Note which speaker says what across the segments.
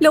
Speaker 1: Lo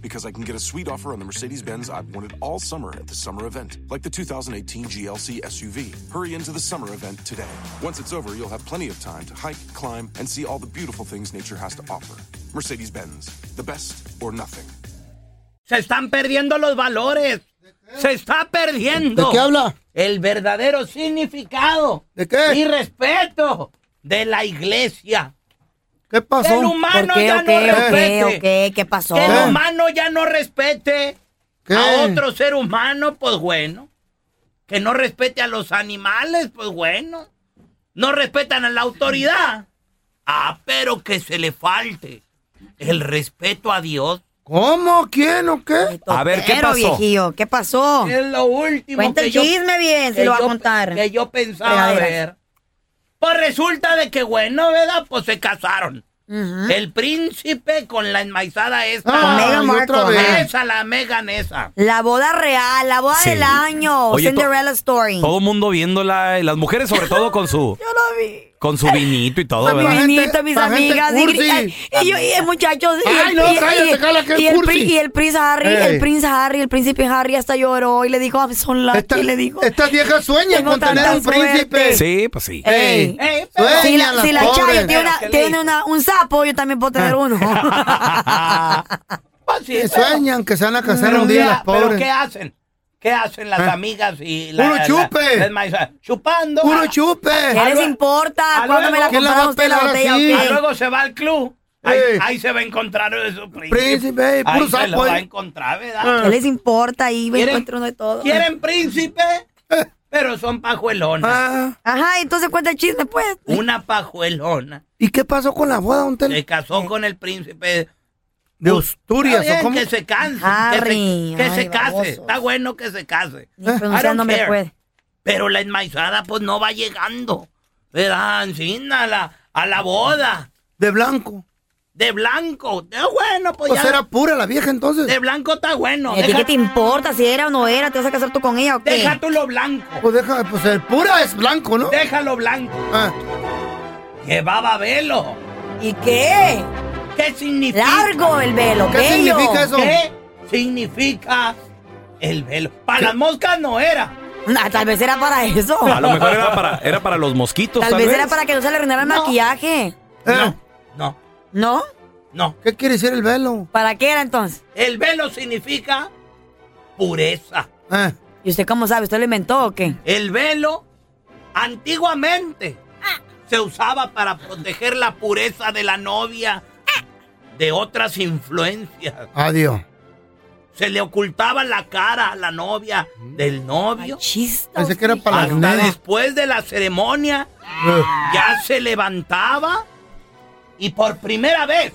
Speaker 2: Because I can get a sweet offer on the Mercedes Benz I've wanted all summer at the summer event, like the 2018 GLC SUV. Hurry into the summer event today. Once it's over, you'll have plenty of time to hike, climb, and see all the beautiful things nature has to offer. Mercedes Benz, the best or nothing.
Speaker 3: Se están perdiendo los valores. Se está perdiendo.
Speaker 4: ¿De qué habla?
Speaker 3: El verdadero significado.
Speaker 4: ¿De qué?
Speaker 3: Y respeto de la iglesia.
Speaker 4: ¿Qué
Speaker 3: Que
Speaker 4: pasó?
Speaker 3: el humano
Speaker 5: ¿Por qué?
Speaker 3: ya
Speaker 5: ¿O
Speaker 3: Ah, no
Speaker 5: qué? ¿O
Speaker 3: respete.
Speaker 5: qué? ¿O qué? ¿Qué pasó?
Speaker 3: Que
Speaker 4: ¿Qué?
Speaker 3: el humano ya no respete
Speaker 4: ¿Qué?
Speaker 3: a otro ser humano, pues bueno. Que no respete a los animales, pues bueno. No respetan a la autoridad. Ah, pero que se le falte el respeto a Dios.
Speaker 4: ¿Cómo? ¿Quién o qué?
Speaker 6: A ver, ¿qué
Speaker 5: Pero,
Speaker 6: pasó?
Speaker 5: viejillo, ¿qué pasó?
Speaker 3: Es lo último
Speaker 5: Cuenta
Speaker 3: que
Speaker 5: el
Speaker 3: yo-
Speaker 5: chisme bien, si
Speaker 3: que
Speaker 5: lo va a
Speaker 3: yo-
Speaker 5: contar.
Speaker 3: Que yo pensaba
Speaker 5: Fregaderas.
Speaker 3: ver. Pues resulta de que, bueno, ¿verdad? Pues se casaron.
Speaker 5: ¿Mm?
Speaker 3: El príncipe con la enmaizada esta.
Speaker 4: Ah,
Speaker 5: Con Meghan
Speaker 4: y otra
Speaker 5: Markle,
Speaker 4: vez.
Speaker 5: ajá.
Speaker 3: Esa, la Megan esa.
Speaker 5: La boda real, la boda
Speaker 6: Sí.
Speaker 5: del año,
Speaker 6: Oye, to-
Speaker 5: Cinderella Story.
Speaker 6: Todo el mundo viéndola, y las mujeres sobre todo con su,
Speaker 5: Yo lo vi.
Speaker 6: con su vinito y todo,
Speaker 5: Con mi
Speaker 4: Pa'
Speaker 6: ¿verdad?
Speaker 4: gente-
Speaker 5: vinito, mis
Speaker 4: pa' gente
Speaker 5: amigas. Y,
Speaker 4: cursi.
Speaker 5: gri- y yo, y el muchacho. y
Speaker 4: Ay,
Speaker 5: el-
Speaker 4: no,
Speaker 5: y-
Speaker 4: cállate,
Speaker 5: y-
Speaker 4: cala, que es
Speaker 5: y el
Speaker 4: cursi.
Speaker 5: pri- Y el Prince Harry,
Speaker 4: Ey.
Speaker 5: el Prince Harry, el príncipe Harry hasta lloró y le dijo, "Ah, I'm so lucky",
Speaker 4: Esta-
Speaker 5: le dijo.
Speaker 4: Estas viejas sueñan
Speaker 5: Tengo
Speaker 4: con tener
Speaker 5: tanta
Speaker 4: un príncipe.
Speaker 5: suerte.
Speaker 6: Sí, pues sí.
Speaker 5: Ey.
Speaker 3: Ey, pero-
Speaker 4: Sueñan
Speaker 5: Si la,
Speaker 4: las
Speaker 5: si la
Speaker 4: pobres. Ah.
Speaker 5: Chayo tiene, una-
Speaker 3: Pero, ¿qué le
Speaker 5: tiene
Speaker 3: hizo?
Speaker 5: una- un sapo, yo también puedo tener uno.
Speaker 3: Pues sí,
Speaker 4: Sí,
Speaker 3: pero-
Speaker 4: Sueñan que se van a casar
Speaker 3: pero
Speaker 4: un día
Speaker 3: ¿qué-
Speaker 4: las
Speaker 3: ¿Pero qué
Speaker 4: pobres.
Speaker 3: hacen? ¿Qué hacen las
Speaker 4: Ah.
Speaker 3: amigas y la,
Speaker 4: Puro
Speaker 3: la-
Speaker 4: chupe.
Speaker 3: la enmaizada? Chupando.
Speaker 4: ¡Puro
Speaker 3: Ah,
Speaker 5: ¿Qué
Speaker 4: chupe!
Speaker 5: les
Speaker 3: Algo-
Speaker 5: importa?
Speaker 3: algo-
Speaker 5: ¿Cuándo me la
Speaker 3: ¿Quién
Speaker 4: la va
Speaker 5: compraron
Speaker 4: a
Speaker 5: usted la
Speaker 4: pelar
Speaker 5: botella?
Speaker 4: así?
Speaker 5: o
Speaker 3: Y
Speaker 5: qué?
Speaker 3: luego se va al club. Ahí,
Speaker 4: Ey.
Speaker 3: ahí se va a encontrar de su príncipe.
Speaker 4: Príncipe, ey, puro
Speaker 3: ahí se lo
Speaker 4: sapo,
Speaker 3: va a
Speaker 4: ey.
Speaker 3: encontrar, ¿verdad?
Speaker 5: ¿Qué les importa? Ahí me
Speaker 3: Ah. ¿Quieren-
Speaker 5: encuentro uno de todo.
Speaker 3: Quieren príncipe, pero son pajuelonas.
Speaker 4: Eh. Ah,
Speaker 5: Ajá, entonces cuenta el chisme, pues.
Speaker 3: Una pajuelona.
Speaker 4: ¿Y qué pasó con la boda, don Tela?
Speaker 3: Se casó con el príncipe.
Speaker 4: De Asturias,
Speaker 3: Está
Speaker 4: ¿o
Speaker 3: bien
Speaker 4: cómo?
Speaker 3: Que se canse.
Speaker 5: Harry,
Speaker 3: que se, que
Speaker 5: ay,
Speaker 3: se case.
Speaker 5: babosos.
Speaker 3: Está bueno que se case.
Speaker 5: Ni pronunciar
Speaker 3: I don't
Speaker 5: no me
Speaker 3: care.
Speaker 5: puede.
Speaker 3: Pero la enmaizada, pues no va llegando. ¿Verdad? Encina a la, a la boda.
Speaker 4: De blanco.
Speaker 3: De blanco. De bueno, pues,
Speaker 4: Pues
Speaker 3: ya.
Speaker 4: era pura la vieja entonces.
Speaker 3: De blanco está bueno.
Speaker 5: ¿Y a ti
Speaker 3: Deja-
Speaker 5: qué te importa si era o no era? ¿Te vas a casar tú con ella o qué?
Speaker 3: deja tú lo blanco.
Speaker 4: Pues deja, pues el pura es blanco, ¿no?
Speaker 3: Déjalo blanco.
Speaker 4: Ah,
Speaker 3: Llevaba velo.
Speaker 5: ¿Y qué?
Speaker 3: ¿Qué significa?
Speaker 5: Largo el velo,
Speaker 4: ¿Qué
Speaker 5: bello.
Speaker 4: significa eso?
Speaker 3: ¿Qué significa el velo? Para las moscas no era.
Speaker 5: Ah, tal vez era para eso.
Speaker 6: A lo mejor era para, era para los mosquitos,
Speaker 5: Tal vez era para que no se le arruinara el
Speaker 3: Pues, No.
Speaker 5: maquillaje.
Speaker 4: Eh,
Speaker 3: No,
Speaker 5: ¿No?
Speaker 3: no.
Speaker 4: ¿Qué quiere decir el velo?
Speaker 5: ¿Para qué era entonces?
Speaker 3: El velo significa pureza. Eh.
Speaker 4: Eh,
Speaker 5: ¿Y usted cómo sabe? ¿Usted lo inventó o qué?
Speaker 3: El velo antiguamente se usaba para proteger la pureza de la novia de otras influencias.
Speaker 4: adiós.
Speaker 3: Se le ocultaba la cara a la novia del novio.
Speaker 5: Chista.
Speaker 4: Pensé que era para Ah. las
Speaker 3: Hasta
Speaker 4: medias.
Speaker 3: después de la ceremonia ya se levantaba y por primera vez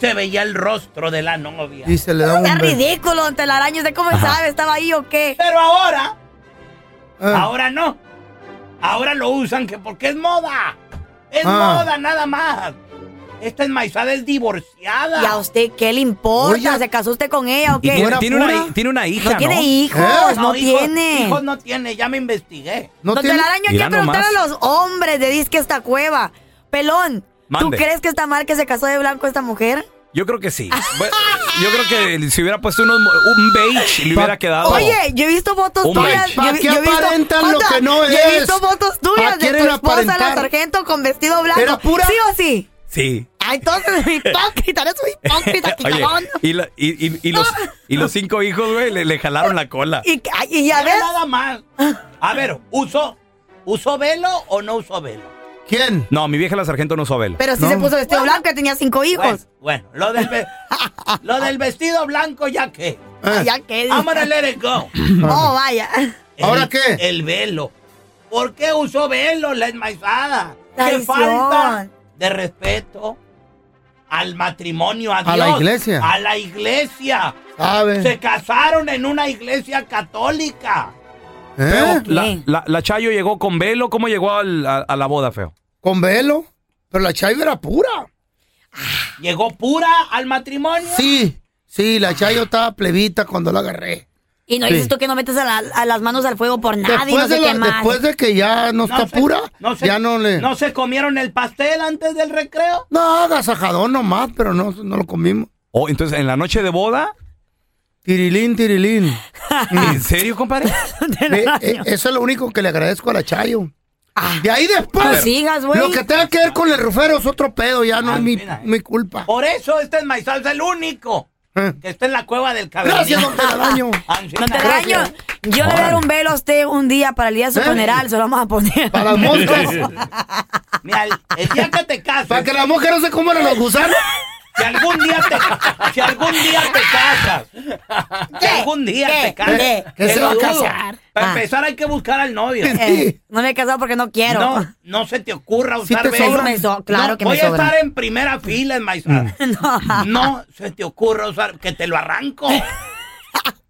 Speaker 3: se veía el rostro de la novia.
Speaker 4: Y se le da un
Speaker 5: Es
Speaker 4: beso.
Speaker 5: ridículo, don Telaraño. ¿Usted cómo sabe? ¿Estaba ahí o qué?
Speaker 3: Pero ahora,
Speaker 4: Ah,
Speaker 3: ahora no. Ahora lo usan que porque es moda. Es
Speaker 4: Ah.
Speaker 3: moda nada más. Esta enmaizada es divorciada.
Speaker 5: ¿Y a usted qué le importa?
Speaker 4: Oye.
Speaker 5: ¿Se casó usted con ella o
Speaker 6: Y
Speaker 5: qué?
Speaker 6: tiene,
Speaker 4: ¿Fuera
Speaker 6: tiene una,
Speaker 4: pura?
Speaker 6: hi- tiene una hija,
Speaker 5: No
Speaker 6: ¿no?
Speaker 5: tiene hijos,
Speaker 4: ¿Eh?
Speaker 5: no,
Speaker 3: hijos-
Speaker 5: tiene.
Speaker 3: Hijos no tiene, ya me investigué.
Speaker 4: ¿No
Speaker 5: Don
Speaker 4: tiene?
Speaker 5: Telaraño, hay
Speaker 6: Mira
Speaker 5: que preguntar
Speaker 6: nomás.
Speaker 5: a los hombres de Disque esta cueva. Pelón, ¿tú
Speaker 6: Mande.
Speaker 5: crees que está mal que se casó de blanco esta mujer?
Speaker 6: Yo creo que sí. Bueno, yo creo que si hubiera puesto unos mo- un beige, le hubiera quedado.
Speaker 5: Oye, yo he visto fotos
Speaker 6: Un
Speaker 5: tuyas.
Speaker 6: match.
Speaker 5: Yo,
Speaker 4: ¿Para
Speaker 5: vi-
Speaker 4: qué
Speaker 5: yo he visto-
Speaker 4: aparentan lo
Speaker 5: Ota,
Speaker 4: que no
Speaker 5: Yo he
Speaker 4: es?
Speaker 5: visto fotos
Speaker 4: ¿Para
Speaker 5: tuyas de tu
Speaker 4: quieren
Speaker 5: esposa, la
Speaker 4: aparentar?
Speaker 5: sargento, con vestido blanco.
Speaker 4: ¿Era pura?
Speaker 5: ¿Sí o sí?
Speaker 6: Sí.
Speaker 5: Ay, entonces, hipócrita, eres un hipócrita,
Speaker 6: Oye,
Speaker 5: quijabón.
Speaker 6: y, la- y- y- y los, y los cinco hijos, güey, le, le jalaron la cola.
Speaker 5: Y, ay, y Ah. ya
Speaker 3: Mira
Speaker 5: ves,
Speaker 3: nada más. A ver, ¿usó, ¿usó velo o no usó velo?
Speaker 4: ¿Quién?
Speaker 6: No, mi vieja la sargento no usó velo.
Speaker 5: pero sí
Speaker 4: No.
Speaker 5: se puso vestido blanco y tenía cinco hijos.
Speaker 3: Bueno, bueno, lo del, ve- lo del vestido blanco ya que.
Speaker 5: Ay,
Speaker 4: Eh,
Speaker 5: Ah, ya qué.
Speaker 3: I'm gonna let it go.
Speaker 5: Oh, vaya.
Speaker 3: El-
Speaker 4: ¿Ahora qué?
Speaker 3: El velo. ¿Por qué usó velo la enmaizada? ¡Qué
Speaker 5: Traición.
Speaker 3: falta de respeto al matrimonio, a,
Speaker 4: A
Speaker 3: Dios,
Speaker 4: la iglesia.
Speaker 3: A la iglesia. Se
Speaker 4: ¿Sabe?
Speaker 3: casaron en una iglesia católica.
Speaker 4: ¿Eh?
Speaker 6: La, la- la Chayo llegó con velo. ¿Cómo llegó al- a, a la boda, feo?
Speaker 4: Con velo. Pero la Chayo era pura.
Speaker 3: Llegó pura al matrimonio.
Speaker 4: Sí, sí, la Chayo estaba plebita cuando la agarré.
Speaker 5: Y no
Speaker 4: Sí.
Speaker 5: dices tú que no metes a, la- a las manos al fuego por
Speaker 3: Ah,
Speaker 5: nadie, no
Speaker 4: Después,
Speaker 5: sé
Speaker 4: de,
Speaker 5: qué
Speaker 4: la-
Speaker 5: más.
Speaker 4: después de que ya no, está
Speaker 3: se-
Speaker 4: pura,
Speaker 3: se-
Speaker 4: ya Ah, no le...
Speaker 3: ¿No se comieron el pastel antes del recreo?
Speaker 4: No, agasajadón nomás, pero no, no lo comimos.
Speaker 6: Oh, entonces, en la noche de boda.
Speaker 4: Tirilín, tirilín.
Speaker 6: ¿En serio, compadre?
Speaker 4: Ve, eh, eso es lo único que le agradezco a la Chayo.
Speaker 3: Ah.
Speaker 4: De ahí
Speaker 5: Pues
Speaker 4: después,
Speaker 5: sigas, güey.
Speaker 4: lo que tenga que ver con el rufero es otro pedo, ya no
Speaker 3: Ah,
Speaker 4: es mi,
Speaker 3: mira, eh.
Speaker 4: mi culpa.
Speaker 3: Por eso este es Maizal, es el único
Speaker 4: Eh.
Speaker 3: que está en la cueva del cabello. Ah,
Speaker 4: Gracias, don Telaraño.
Speaker 5: No te daño. Yo le voy a dar un velo a usted un día para el día de su
Speaker 4: ¿Eh?
Speaker 5: funeral, se lo vamos a poner.
Speaker 4: Para las moscas,
Speaker 3: Mira, el, el día que te cases,
Speaker 4: para que las moscas no se coman a los gusanos.
Speaker 3: si algún día te, si algún día te casas, si algún día
Speaker 5: ¿Qué?
Speaker 3: te casas,
Speaker 5: ¿Qué?
Speaker 4: ¿Qué
Speaker 3: que
Speaker 4: se
Speaker 3: lo
Speaker 4: va a
Speaker 3: dudo.
Speaker 4: casar?
Speaker 3: Para
Speaker 5: Ah.
Speaker 3: empezar hay que buscar al novio.
Speaker 5: Eh, no me he casado porque no quiero.
Speaker 3: No, no se te ocurra
Speaker 4: Sí
Speaker 3: usar
Speaker 4: te
Speaker 3: velo.
Speaker 4: sobra.
Speaker 5: Me so- claro
Speaker 3: No,
Speaker 5: que me
Speaker 3: voy a
Speaker 5: sobra.
Speaker 3: estar en primera fila en Maizal. No. se te ocurra usar, que te lo arranco.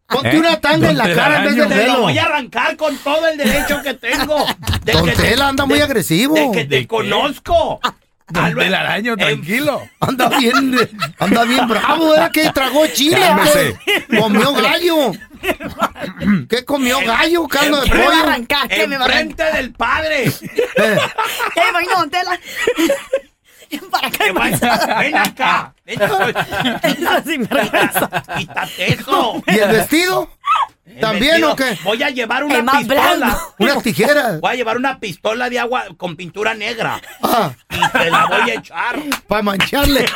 Speaker 4: Ponte
Speaker 6: ¿Eh?
Speaker 4: una tanga en la
Speaker 6: Don
Speaker 4: cara en vez de
Speaker 6: Telaraño.
Speaker 3: Te lo
Speaker 4: velo. ¿Eh?
Speaker 3: voy a arrancar con todo el derecho que tengo. De
Speaker 4: Don
Speaker 3: que te-
Speaker 4: Tela anda muy
Speaker 3: de-
Speaker 4: agresivo.
Speaker 3: De que te conozco. Ah, lo- en-
Speaker 4: Anda bien, anda bien bravo, era que tragó chile.
Speaker 6: Cálmese.
Speaker 4: hombre. Comió gallo. ¿Qué comió gallo, caldo de
Speaker 5: ¿Qué me va a
Speaker 4: pollo?
Speaker 5: arrancar? ¿Qué me va a arrancar?
Speaker 3: Enfrente del padre.
Speaker 4: Eh,
Speaker 5: Ya me imagino, don Tela. para acá,
Speaker 3: Que
Speaker 5: hermano.
Speaker 3: va- Ven acá. Ven acá.
Speaker 5: Eso sí me regresa.
Speaker 3: Quítate eso.
Speaker 4: ¿Y el vestido?
Speaker 3: El
Speaker 4: ¿También
Speaker 3: vestido.
Speaker 4: o qué?
Speaker 3: Voy a llevar una
Speaker 5: El más
Speaker 3: pistola.
Speaker 5: blando.
Speaker 4: Unas tijeras.
Speaker 3: Voy a llevar una pistola de agua con pintura negra.
Speaker 4: Ah,
Speaker 3: Y te la voy a echar.
Speaker 4: para mancharle.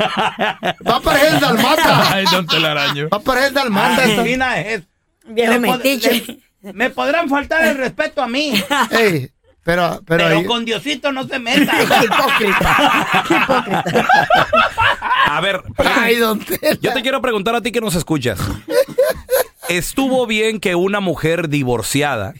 Speaker 4: Va a parecer Dalmata.
Speaker 6: don telaraño.
Speaker 4: Va a parecer Dalmata. esta.
Speaker 3: Adivina es.
Speaker 5: Viejo
Speaker 3: Me pod-
Speaker 5: metiche.
Speaker 3: le- Me podrán faltar el respeto a mí,
Speaker 4: Ey, pero, pero,
Speaker 3: pero,
Speaker 4: ahí-
Speaker 3: con Diosito no se meta.
Speaker 5: Hipócrita. Qué Hipócrita.
Speaker 6: A ver,
Speaker 4: Ay, don Tela.
Speaker 6: Yo te quiero preguntar a ti que nos escuchas. ¿Estuvo bien que una mujer divorciada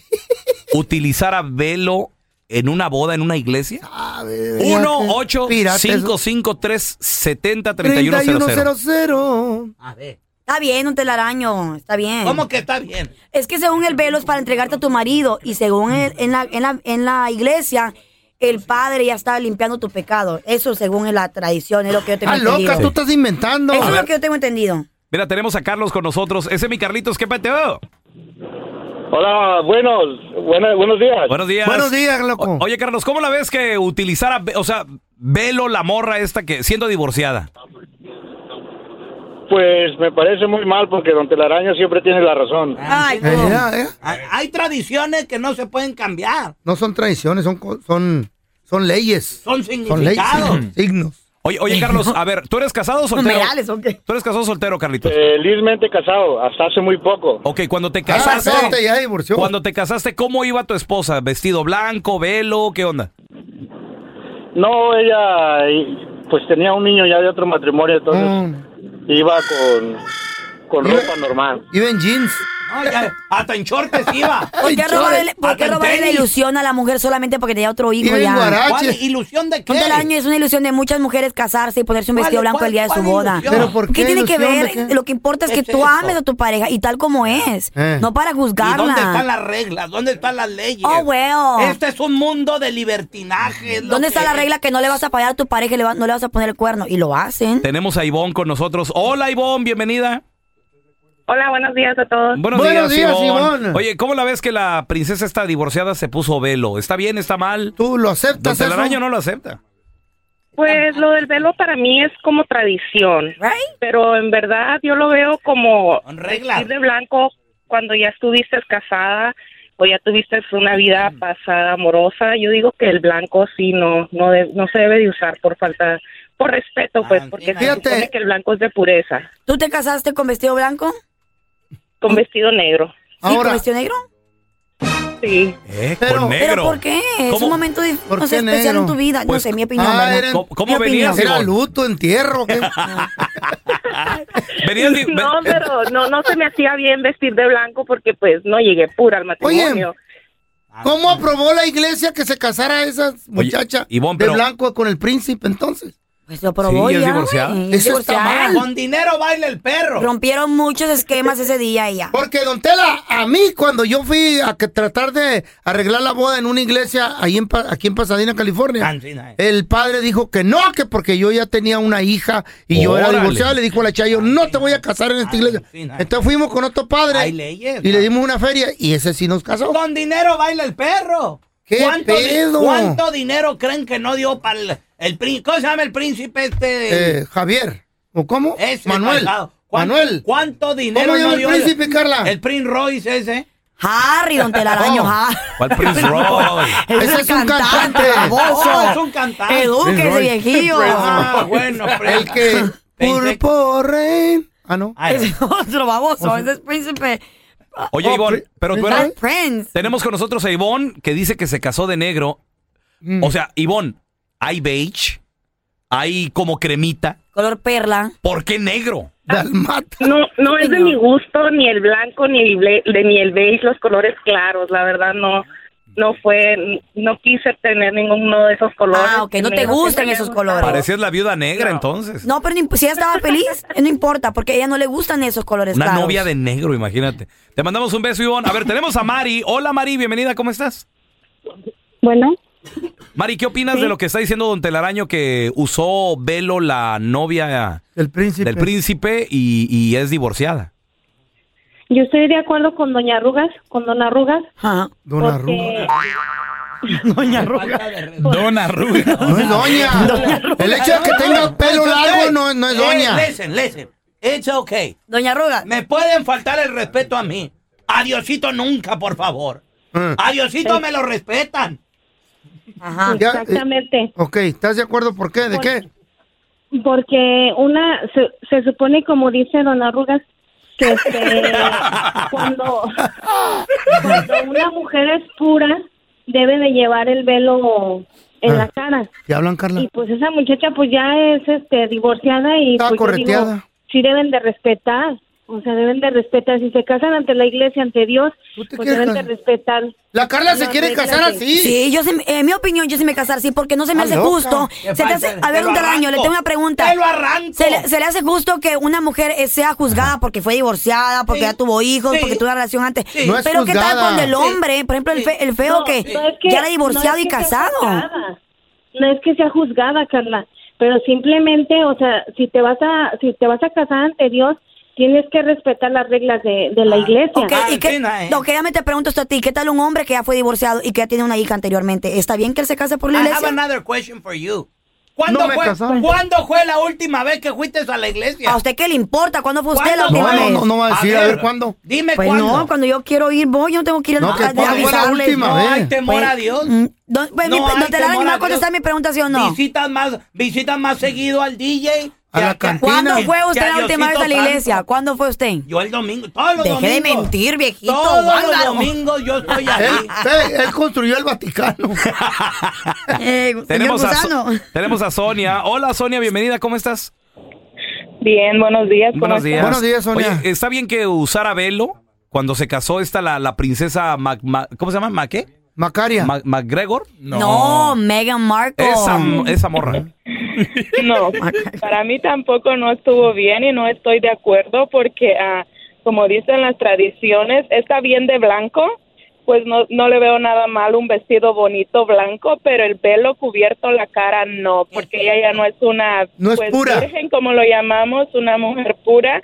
Speaker 6: utilizara velo en una boda en una iglesia?
Speaker 4: Ah, bebé, fíjate.
Speaker 6: 1 8
Speaker 4: Pirata, eso.
Speaker 6: 5 3 70 3100
Speaker 4: 3100.
Speaker 3: A ver,
Speaker 5: Está bien, un telaraño. Está bien.
Speaker 3: ¿cómo que está bien?
Speaker 5: Es que según el velo es para entregarte a tu marido y según el- en, la, en, la, en la iglesia, el padre ya está limpiando tu pecado. Eso según es la tradición, es lo que yo tengo
Speaker 4: Ah,
Speaker 5: entendido.
Speaker 4: loca, tú estás inventando.
Speaker 5: Eso es
Speaker 4: A
Speaker 5: lo que yo tengo entendido.
Speaker 6: Mira, tenemos a Carlos con nosotros. Ese es mi Carlitos, ¿qué peteo?
Speaker 7: Hola, buenos, buena- buenos días.
Speaker 6: Buenos días.
Speaker 4: Buenos días, loco.
Speaker 6: O- oye, Carlos, ¿cómo la ves que utilizara, ve- o sea, velo la morra esta que siendo divorciada?
Speaker 7: Pues me parece muy mal porque Don Telaraño siempre tiene la razón.
Speaker 5: Ay,
Speaker 4: Eh,
Speaker 5: no.
Speaker 4: mira, eh,
Speaker 3: Hay hay tradiciones que no se pueden cambiar.
Speaker 4: No son traiciones, son, co- son, son leyes.
Speaker 3: Son
Speaker 4: Son leyes,
Speaker 3: significados.
Speaker 4: signos.
Speaker 6: Oye, oye, Carlos, a ver, ¿tú eres casado o soltero?
Speaker 5: numerales, ¿o qué?
Speaker 6: ¿Tú eres casado o soltero, Carlitos?
Speaker 7: Felizmente casado, hasta hace muy poco.
Speaker 6: Ok, cuando te
Speaker 4: Ah,
Speaker 6: casaste.
Speaker 4: espérate, ya divorció.
Speaker 6: Cuando te casaste, ¿cómo iba tu esposa? ¿Vestido blanco, velo? ¿Qué onda?
Speaker 7: No, ella y- pues tenía un niño ya de otro
Speaker 4: Ah.
Speaker 7: matrimonio, entonces
Speaker 4: Mm,
Speaker 7: iba con, con
Speaker 4: Iba-
Speaker 7: ropa normal.
Speaker 4: Iba en jeans.
Speaker 3: No, ya, hasta en shorts iba.
Speaker 5: ¿Por qué
Speaker 3: Hasta
Speaker 5: robarle, por qué
Speaker 3: en
Speaker 5: robarle la
Speaker 3: tenis.
Speaker 5: ilusión a la mujer solamente porque tenía otro hijo
Speaker 4: Iba en
Speaker 5: ya?
Speaker 4: guaracha.
Speaker 3: ¿Cuál ilusión de qué?
Speaker 5: Un del año es una ilusión de muchas mujeres casarse y ponerse un
Speaker 3: ¿Cuál-
Speaker 5: vestido blanco
Speaker 3: cuál-
Speaker 5: el día de su
Speaker 3: cuál
Speaker 5: boda.
Speaker 3: ilusión? ¿Pero
Speaker 4: por qué
Speaker 5: tiene que
Speaker 4: ilusión? ¿De
Speaker 5: ver?
Speaker 4: qué?
Speaker 5: Lo que importa es
Speaker 3: ¿Qué
Speaker 5: que
Speaker 3: es
Speaker 5: tú
Speaker 3: eso?
Speaker 5: ames a tu pareja y tal como es.
Speaker 4: Eh.
Speaker 5: No para
Speaker 3: ¿Y
Speaker 5: juzgarla.
Speaker 3: dónde están las reglas? ¿Dónde están las leyes?
Speaker 5: Oh, well.
Speaker 3: Este es un mundo de libertinaje. es lo
Speaker 5: ¿Dónde está
Speaker 3: que
Speaker 5: la
Speaker 3: es.
Speaker 5: regla que no le vas a pagar a tu pareja y le va- no le vas a poner el cuerno? Y lo hacen.
Speaker 6: Tenemos a Ivonne con nosotros. Hola, Ivonne, bienvenida.
Speaker 8: Hola, buenos días a todos.
Speaker 6: Buenos,
Speaker 4: Buenos días, Ivonne.
Speaker 6: Oye, ¿cómo la ves que la princesa está divorciada se puso velo? ¿Está bien, está mal?
Speaker 4: ¿Tú lo aceptas
Speaker 6: Don
Speaker 4: eso?
Speaker 6: Telaraño no lo acepta.
Speaker 8: Pues lo del velo para mí es como tradición,
Speaker 5: Right?
Speaker 8: pero en verdad yo lo veo como
Speaker 3: Son reglas.
Speaker 8: vestir de blanco cuando ya estuviste casada o ya tuviste una vida
Speaker 4: Mm.
Speaker 8: pasada amorosa. Yo digo que el blanco sí no no de- no se debe de usar por falta por respeto, pues,
Speaker 3: Ah,
Speaker 8: porque se
Speaker 4: fíjate.
Speaker 8: supone que el blanco es de pureza,
Speaker 5: ¿Tú te casaste con vestido blanco?
Speaker 8: con vestido negro.
Speaker 5: ¿Y con
Speaker 4: Ahora,
Speaker 5: vestido negro?
Speaker 8: Sí.
Speaker 6: Eh,
Speaker 4: Pero-
Speaker 6: con negro.
Speaker 5: ¿Pero por qué? Es
Speaker 6: ¿Cómo?
Speaker 5: un momento di-
Speaker 4: ¿Por
Speaker 5: no sé,
Speaker 4: qué
Speaker 5: especial
Speaker 4: negro?
Speaker 5: en tu vida.
Speaker 6: Pues-
Speaker 5: no sé, mi opinión.
Speaker 4: Ah,
Speaker 5: ¿verdad?
Speaker 4: eran-
Speaker 6: ¿Cómo, cómo
Speaker 5: Mi
Speaker 6: venías,
Speaker 5: opinión.
Speaker 4: ¿era
Speaker 6: Ivonne?
Speaker 4: luto, entierro? ¿qué?
Speaker 6: Venías di-
Speaker 8: No,
Speaker 6: ven-
Speaker 8: pero no no se me hacía bien vestir de blanco porque pues no llegué pura al matrimonio.
Speaker 4: ¿Cómo aprobó la iglesia que se casara esa muchacha
Speaker 6: Ivonne,
Speaker 4: de
Speaker 6: pero-
Speaker 4: blanco con el príncipe entonces?
Speaker 5: Pues lo probó
Speaker 6: Sí, ya es
Speaker 5: ya.
Speaker 6: divorciada.
Speaker 5: güey,
Speaker 4: Eso está
Speaker 5: divorciada.
Speaker 4: mal.
Speaker 3: Con dinero baila el perro.
Speaker 5: Rompieron muchos esquemas ese día y ya.
Speaker 4: Porque, don Tela, a mí cuando yo fui a que tratar de arreglar la boda en una iglesia ahí en, Pa- aquí en Pasadena, California,
Speaker 3: Cansina, eh.
Speaker 4: el padre dijo que no, que porque yo ya tenía una hija y yo
Speaker 6: Órale.
Speaker 4: era divorciada. Le dijo a la Chayo, no te voy a casar en esta iglesia.
Speaker 3: Cansina, eh.
Speaker 4: Entonces fuimos con otro padre
Speaker 3: Hay
Speaker 4: y
Speaker 3: leyes.
Speaker 4: le
Speaker 3: ¿no?
Speaker 4: dimos una feria y ese sí nos casó.
Speaker 3: Con dinero baila el perro.
Speaker 4: ¿Qué
Speaker 3: ¿Cuánto, di-
Speaker 4: pedo?
Speaker 3: cuánto dinero creen que no dio para el, el príncipe? ¿Cómo se llama el príncipe este?
Speaker 4: Eh, Javier, ¿o cómo?
Speaker 3: Ese
Speaker 4: Manuel.
Speaker 3: malvado. ¿Cuánto,
Speaker 4: Manuel.
Speaker 3: ¿Cuánto dinero
Speaker 4: ¿Cómo llama
Speaker 3: no
Speaker 4: el
Speaker 3: dio
Speaker 4: príncipe, Carla?
Speaker 3: El Prince Royce ese.
Speaker 5: Harry, don Telaraño,
Speaker 4: Oh.
Speaker 5: Harry.
Speaker 6: ¿Cuál Prince Roy?
Speaker 4: Ese es un cantante.
Speaker 5: baboso.
Speaker 3: Oh, es un cantante.
Speaker 5: Eduque ese viejillo.
Speaker 6: pues,
Speaker 3: Ah, bueno,
Speaker 4: El que...
Speaker 3: Pensé-
Speaker 4: Purple Rain. Ah, no.
Speaker 3: Ay,
Speaker 5: Es otro baboso. Ese es príncipe. Oh,
Speaker 6: Oye, Ivonne, pero tú eras...
Speaker 5: Black Prince.
Speaker 6: Tenemos con nosotros a Ivonne que dice que se casó de negro.
Speaker 4: Mm.
Speaker 6: O sea, Ivonne, hay beige, hay como cremita.
Speaker 5: Color perla.
Speaker 6: ¿Por qué negro?
Speaker 4: Dalmata.
Speaker 8: No, no es de
Speaker 5: Señor.
Speaker 8: mi gusto ni el blanco ni el ble- de- ni el beige, los colores claros, la verdad no no fue no quise tener ninguno de esos colores.
Speaker 5: Ah, ok, no te
Speaker 8: Me-
Speaker 5: gustan
Speaker 8: me
Speaker 5: esos
Speaker 8: gustaron.
Speaker 5: colores.
Speaker 6: Parecías la viuda negra entonces.
Speaker 5: No, pero no imp- si ella estaba feliz, no importa, porque a ella no le gustan esos colores
Speaker 6: Una
Speaker 5: claros.
Speaker 6: novia de negro, imagínate. Te mandamos un beso, Ivonne. A ver, tenemos a Mari. Hola, Mari, bienvenida, ¿cómo estás?
Speaker 8: Bueno,
Speaker 6: Mari, ¿qué opinas de lo que está diciendo Don Telaraño que usó velo la novia
Speaker 4: El príncipe.
Speaker 6: del príncipe y, y es divorciada?
Speaker 8: yo estoy de acuerdo con doña Arrugas, con don Arrugas,
Speaker 5: Ajá.
Speaker 4: Don Arruga.
Speaker 6: Don Arruga.
Speaker 4: No es doña. El hecho de que tenga pelo largo no, no es doña.
Speaker 3: Eh, listen, listen. It's okay.
Speaker 5: Doña Ruga.
Speaker 3: Me pueden faltar el respeto a mí. Adiosito nunca, por favor.
Speaker 4: Eh.
Speaker 3: Adiosito me lo respetan.
Speaker 5: Ajá.
Speaker 4: Ya, eh,
Speaker 8: exactamente,
Speaker 4: ok, ¿estás de acuerdo por qué? ¿De qué?
Speaker 8: porque una se, se supone como dice don Arrugas que este, cuando cuando una mujer es pura debe de llevar el velo en
Speaker 4: Ah.
Speaker 8: la cara.
Speaker 4: ¿Te hablan, Carla?
Speaker 8: Y pues esa muchacha pues ya es este divorciada y
Speaker 4: Estaba
Speaker 8: pues, yo
Speaker 4: correteada.
Speaker 8: digo, sí deben de respetar, o sea, deben de respetar si se casan ante la iglesia, ante Dios,
Speaker 4: ¿Tú te
Speaker 8: pues
Speaker 4: quieres
Speaker 8: deben de
Speaker 4: casar?
Speaker 8: respetar.
Speaker 4: La Carla se
Speaker 8: No,
Speaker 4: quiere
Speaker 8: no,
Speaker 4: casar
Speaker 8: espérate.
Speaker 4: así.
Speaker 5: Sí, yo sí me- en mi opinión, yo sí me casar, sí, porque no se me
Speaker 4: Ah,
Speaker 5: hace
Speaker 4: loca.
Speaker 5: justo.
Speaker 3: ¿Qué
Speaker 5: Se te
Speaker 3: pasa?
Speaker 5: hace- a ver,
Speaker 3: Te lo
Speaker 5: un taraño, le
Speaker 3: arranco.
Speaker 5: tengo una pregunta.
Speaker 3: Te lo arranco.
Speaker 5: Se le, se le hace justo que una mujer eh, sea juzgada porque fue divorciada, porque
Speaker 3: Sí.
Speaker 5: ya tuvo hijos,
Speaker 3: Sí.
Speaker 5: porque tuvo una relación antes.
Speaker 3: Sí. No
Speaker 4: es
Speaker 5: Pero ¿qué tal
Speaker 4: juzgada.
Speaker 5: cuando el hombre, por ejemplo, el, fe- el feo
Speaker 8: No,
Speaker 5: que,
Speaker 8: no es que-
Speaker 5: ya era
Speaker 8: no
Speaker 5: divorciado
Speaker 8: es
Speaker 5: y
Speaker 8: que sea
Speaker 5: casado?
Speaker 8: juzgada. No es que sea juzgada, Carla, pero simplemente, o sea, si te vas a si te vas a casar ante Dios, tienes que respetar las reglas de,
Speaker 5: Ah.
Speaker 8: de la iglesia.
Speaker 5: Ok, y que,
Speaker 3: Argentina, eh.
Speaker 5: ok, ya me te pregunto esto a ti, ¿qué tal un hombre que ya fue divorciado y que ya tiene una hija anteriormente? ¿Está bien que él se case por la
Speaker 4: Ah,
Speaker 3: I
Speaker 5: iglesia?
Speaker 3: have another question for you. ¿Cuándo,
Speaker 4: No me
Speaker 3: fue,
Speaker 4: casaron.
Speaker 3: ¿Cuándo fue la última vez que fuiste a la iglesia?
Speaker 5: ¿A usted qué le importa? ¿Cuándo fue usted la
Speaker 3: ¿Cuándo
Speaker 5: última
Speaker 3: fue?
Speaker 4: No,
Speaker 5: vez?
Speaker 4: no, no va a decir, a ver, ¿cuándo?
Speaker 3: Dime
Speaker 5: Pues
Speaker 3: cuándo.
Speaker 5: no, cuando yo quiero ir, voy, yo no tengo que ir
Speaker 4: No,
Speaker 5: a-
Speaker 4: que
Speaker 5: a-
Speaker 4: cuándo fue la
Speaker 5: avisarles.
Speaker 4: última
Speaker 3: No
Speaker 4: a ver.
Speaker 3: hay temor a Dios.
Speaker 5: Mm, Don, pues, mi-
Speaker 3: No hay
Speaker 5: don Telaraño,
Speaker 3: temor
Speaker 5: ¿me va
Speaker 3: a
Speaker 5: a contestar
Speaker 3: Dios.
Speaker 5: mi pregunta sí o no?
Speaker 3: Visitas más, visitas más seguido al DJ.
Speaker 4: A
Speaker 3: que
Speaker 4: la
Speaker 3: acá.
Speaker 4: cantina.
Speaker 5: ¿Cuándo
Speaker 3: Que-
Speaker 5: fue
Speaker 3: que
Speaker 5: usted la última vez
Speaker 3: Diosito
Speaker 5: a la
Speaker 3: santo.
Speaker 5: iglesia? ¿Cuándo fue usted?
Speaker 3: Yo el domingo, todos los
Speaker 5: Deje de
Speaker 3: domingos.
Speaker 5: mentir, viejito,
Speaker 3: Todos los
Speaker 5: bárbaro.
Speaker 3: domingos yo estoy
Speaker 4: Él,
Speaker 3: ahí.
Speaker 4: eh, él construyó el Vaticano.
Speaker 5: Eh,
Speaker 6: Tenemos a,
Speaker 5: señor
Speaker 6: So-
Speaker 5: Gusano.
Speaker 6: tenemos a Sonia. Hola, Sonia, bienvenida, ¿cómo estás?
Speaker 8: Bien, buenos días. ¿cómo
Speaker 6: Buenos días.
Speaker 8: están?
Speaker 4: Buenos días, Sonia.
Speaker 6: Oye, ¿está bien que usara velo cuando se casó esta, la, la princesa, Mac- Ma- ¿cómo se llama? ¿Ma qué?
Speaker 4: Macaria.
Speaker 6: ¿MacGregor?
Speaker 5: No, Meghan Markle.
Speaker 6: Esa, esa morra.
Speaker 9: No, para mí tampoco no estuvo bien y no estoy de acuerdo porque, ah, como dicen las tradiciones, está bien de blanco, pues no, no le veo nada mal un vestido bonito blanco, pero el pelo cubierto, la cara no, porque ella ya no es una
Speaker 10: No es
Speaker 9: pues,
Speaker 10: pura.
Speaker 9: virgen, como lo llamamos, una mujer pura.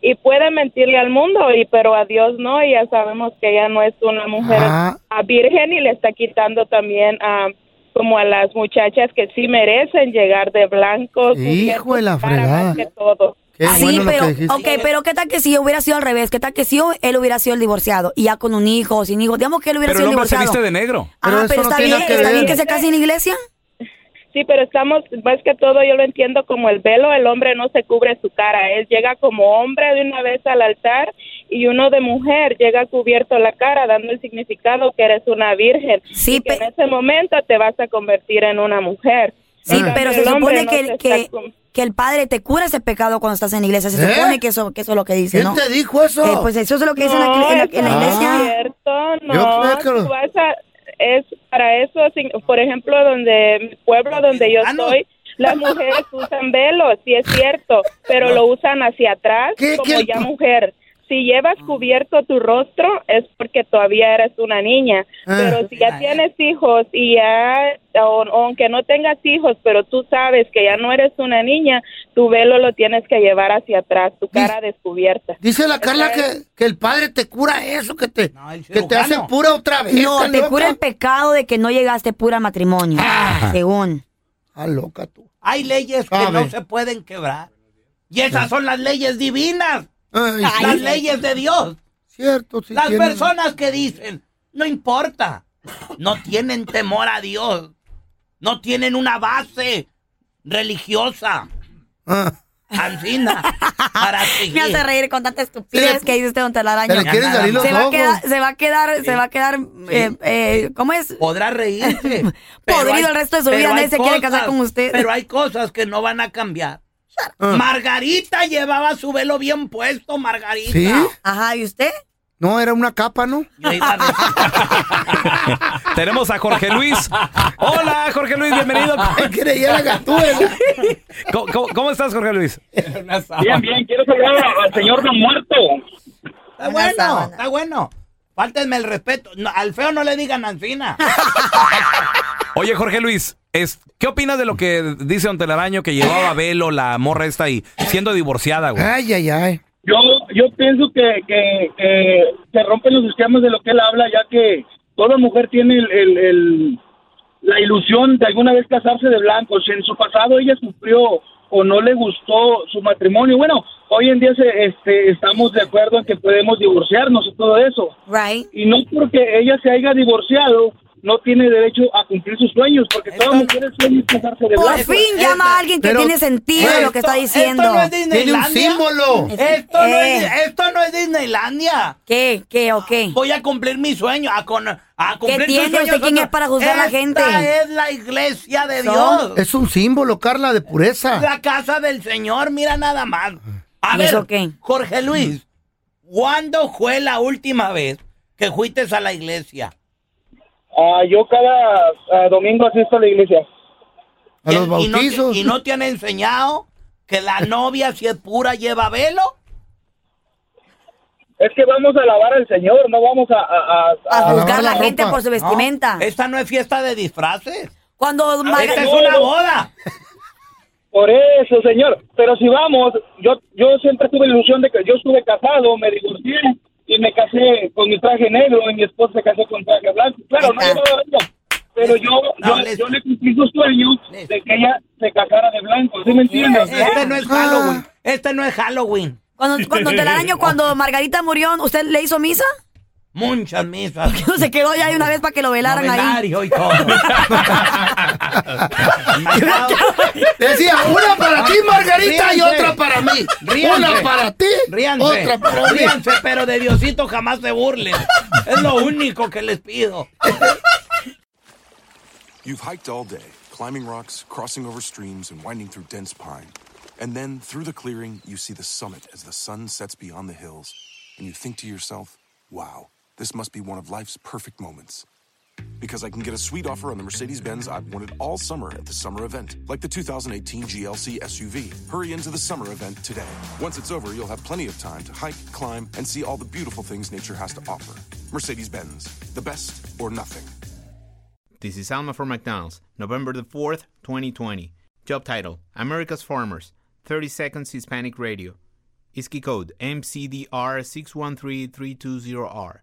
Speaker 9: Y puede mentirle al mundo, y pero a Dios no, y ya sabemos que ella no es una mujer
Speaker 4: Ah.
Speaker 9: ah, virgen y le está quitando también ah, a como a las muchachas que sí merecen llegar de blanco.
Speaker 4: Hijo de la fregada.
Speaker 9: que todo.
Speaker 4: Qué
Speaker 5: Sí,
Speaker 4: bueno lo que
Speaker 5: pero,
Speaker 4: dijiste.
Speaker 5: ok, pero ¿qué tal que si yo hubiera sido al revés? ¿Qué tal que si yo- él hubiera sido el divorciado? Y ya con un hijo, sin hijo. Digamos que él hubiera
Speaker 6: Pero
Speaker 5: sido
Speaker 6: el
Speaker 5: el
Speaker 6: hombre se
Speaker 5: divorciado.
Speaker 6: viste de negro.
Speaker 5: Ah, pero, está, bien, está bien que se case en la iglesia.
Speaker 9: Sí, pero estamos, más que todo yo lo entiendo como el velo, el hombre no se cubre su cara, él llega como hombre de una vez al altar y uno de mujer llega cubierto la cara dando el significado que eres una virgen
Speaker 5: sí, y
Speaker 9: que en ese momento te vas a convertir en una mujer.
Speaker 5: Sí,
Speaker 9: En cambio,
Speaker 5: pero se
Speaker 9: el hombre
Speaker 5: supone
Speaker 9: no
Speaker 5: que,
Speaker 9: se
Speaker 5: el-
Speaker 9: está
Speaker 5: que, que el padre te cura ese pecado cuando estás en la iglesia. Se
Speaker 9: ¿Eh?
Speaker 5: supone que eso, que eso es lo que dice, ¿no?
Speaker 9: ¿Quién te dijo eso?
Speaker 5: Eh, pues eso es lo que dice en la-
Speaker 9: No,
Speaker 5: en la,
Speaker 9: eso
Speaker 5: en la
Speaker 9: no
Speaker 5: iglesia.
Speaker 9: Es cierto, no.
Speaker 5: Yo creo que lo-
Speaker 9: tú vas a- es para eso, sin- por ejemplo, donde mi pueblo donde yo estoy, las mujeres usan velos, sí es cierto, pero lo usan hacia atrás como ya mujer. Si llevas cubierto tu rostro es porque todavía eres una niña, pero si ya tienes hijos y ya, o- o aunque no tengas hijos, pero tú sabes que ya no eres una niña, tu velo lo tienes que llevar hacia atrás, tu cara descubierta.
Speaker 4: Dice la Carla que, que el padre te cura eso, que te, que te hace
Speaker 5: cirujano.
Speaker 4: pura otra vez.
Speaker 5: No,
Speaker 4: está
Speaker 5: te
Speaker 4: loca.
Speaker 5: cura el pecado de que no llegaste pura al matrimonio. Según.
Speaker 4: Ah, loca tú.
Speaker 3: Hay leyes que no se pueden quebrar. Y esas son las leyes divinas. las
Speaker 4: sí.
Speaker 3: leyes de Dios.
Speaker 4: Cierto, sí.
Speaker 3: Las
Speaker 4: tiene-
Speaker 3: personas que dicen, no importa, no tienen temor a Dios, no tienen una base religiosa.
Speaker 4: Ah.
Speaker 3: Ancina, para
Speaker 5: Me hace
Speaker 3: seguir.
Speaker 5: reír con tanta estupidez que dice usted, don Telaraño.
Speaker 3: Se le quieren salir los
Speaker 5: se va a
Speaker 3: ojos.
Speaker 5: quedar, se va a quedar, se va a quedar, eh, eh, ¿cómo es?
Speaker 3: Podrá reírse. pero
Speaker 5: Podrido
Speaker 3: hay-
Speaker 5: el resto de su
Speaker 3: pero
Speaker 5: vida,
Speaker 3: hay
Speaker 5: nadie se quiere casar con usted.
Speaker 3: Pero hay cosas que no van a cambiar. Margarita llevaba su velo bien puesto, Margarita.
Speaker 4: ¿Sí?
Speaker 5: Ajá, ¿y usted?
Speaker 4: No, era una capa, ¿no?
Speaker 6: Tenemos a Jorge Luis. Hola, Jorge Luis, bienvenido.
Speaker 4: Creía la gatúbela.
Speaker 6: ¿Cómo, cómo, cómo estás, Jorge Luis?
Speaker 7: Bien, bien, quiero saludar a- al señor no muerto.
Speaker 3: Está bueno, está bueno. Fáltenme el respeto. No, al feo no le digan Ancina.
Speaker 5: Ah,
Speaker 6: Oye, Jorge Luis, es, ¿qué opinas de lo que dice Don Telaraño que llevaba velo la morra esta ahí, siendo divorciada, güey?
Speaker 4: Ay, ay, ay.
Speaker 7: Yo, yo pienso que, que, que se rompen los esquemas de lo que él habla, ya que toda mujer tiene el, el- el- la ilusión de alguna vez casarse de blanco. Si en su pasado ella sufrió o no le gustó su matrimonio, bueno, hoy en día se- este, estamos de acuerdo en que podemos divorciarnos y todo eso. Y no porque ella se haya divorciado, no tiene derecho a cumplir sus sueños, porque toda mujer sueña casarse de
Speaker 5: Por
Speaker 7: blanco.
Speaker 5: fin llama a alguien que
Speaker 7: Pero-
Speaker 5: tiene sentido lo que está diciendo.
Speaker 3: Esto no es Disneylandia. Esto, no es,
Speaker 5: Eh.
Speaker 3: esto no es Disneylandia.
Speaker 5: ¿Qué? ¿Qué o qué?
Speaker 3: Voy a cumplir mi sueño. A, con, a cumplir tus
Speaker 5: tiene?
Speaker 3: sueños
Speaker 5: ¿Usted quién
Speaker 3: otro.
Speaker 5: es para juzgar a la gente?
Speaker 3: Esta es la iglesia de Dios.
Speaker 4: Es un símbolo, Carla, de pureza.
Speaker 3: La casa del Señor, mira nada más. A
Speaker 4: ¿Y
Speaker 3: ver,
Speaker 4: eso
Speaker 3: Jorge Luis, ¿cuándo fue la última vez que fuiste a la iglesia?
Speaker 7: Ah, yo cada ah, domingo asisto a la iglesia.
Speaker 4: A los
Speaker 3: Eh, ¿Y no, te, y no te han enseñado que la novia, si es pura, lleva velo?
Speaker 7: Es que vamos a alabar al Señor, no vamos a... A,
Speaker 3: A juzgar
Speaker 5: a la gente por su vestimenta.
Speaker 3: Esta no es fiesta de disfraces.
Speaker 5: Cuando
Speaker 3: Ah, Esta es una boda.
Speaker 7: Por eso, señor. Pero si vamos, yo yo siempre tuve la ilusión de que yo estuve casado, me divorcié y me casé con mi traje negro y mi esposa se casó con traje blanco. Claro, no llevaba eso. Pero yo, yo, yo le cumplí su sueño de que ella se casara de blanco. ¿Sí me entiendes? Ah.
Speaker 3: Este no es Halloween. Este no es Halloween.
Speaker 5: Cuando, cuando te la daño, cuando Margarita murió, ¿usted le hizo misa?
Speaker 3: Muchas misas.
Speaker 5: Se quedó ya de una vez para que lo velaran ahí.
Speaker 3: Novenario y todo.
Speaker 4: Decía, una para ti, Margarita, y otra para mí.
Speaker 3: Ríanse.
Speaker 4: Una para ti,
Speaker 3: Ríanse.
Speaker 4: otra para mí.
Speaker 3: Ríanse, pero de Diosito jamás se burlen. Es lo único que les pido.
Speaker 2: You've hiked all day, climbing rocks, crossing over streams, and winding through dense pine. And then, through the clearing, you see the summit as the sun sets beyond the hills. And you think to yourself, wow, this must be one of life's perfect moments. Because I can get a sweet offer on the Mercedes Benz I've wanted all summer at the summer event, like the 2018 GLC SUV. Hurry into the summer event today. Once it's over, you'll have plenty of time to hike, climb, and see all the beautiful things nature has to offer. Mercedes Benz, the best or nothing.
Speaker 11: This is Alma from McDonald's, November the 4th, 2020. Job title America's Farmers, 30 Seconds Hispanic Radio. ISKI code MCDR613320R.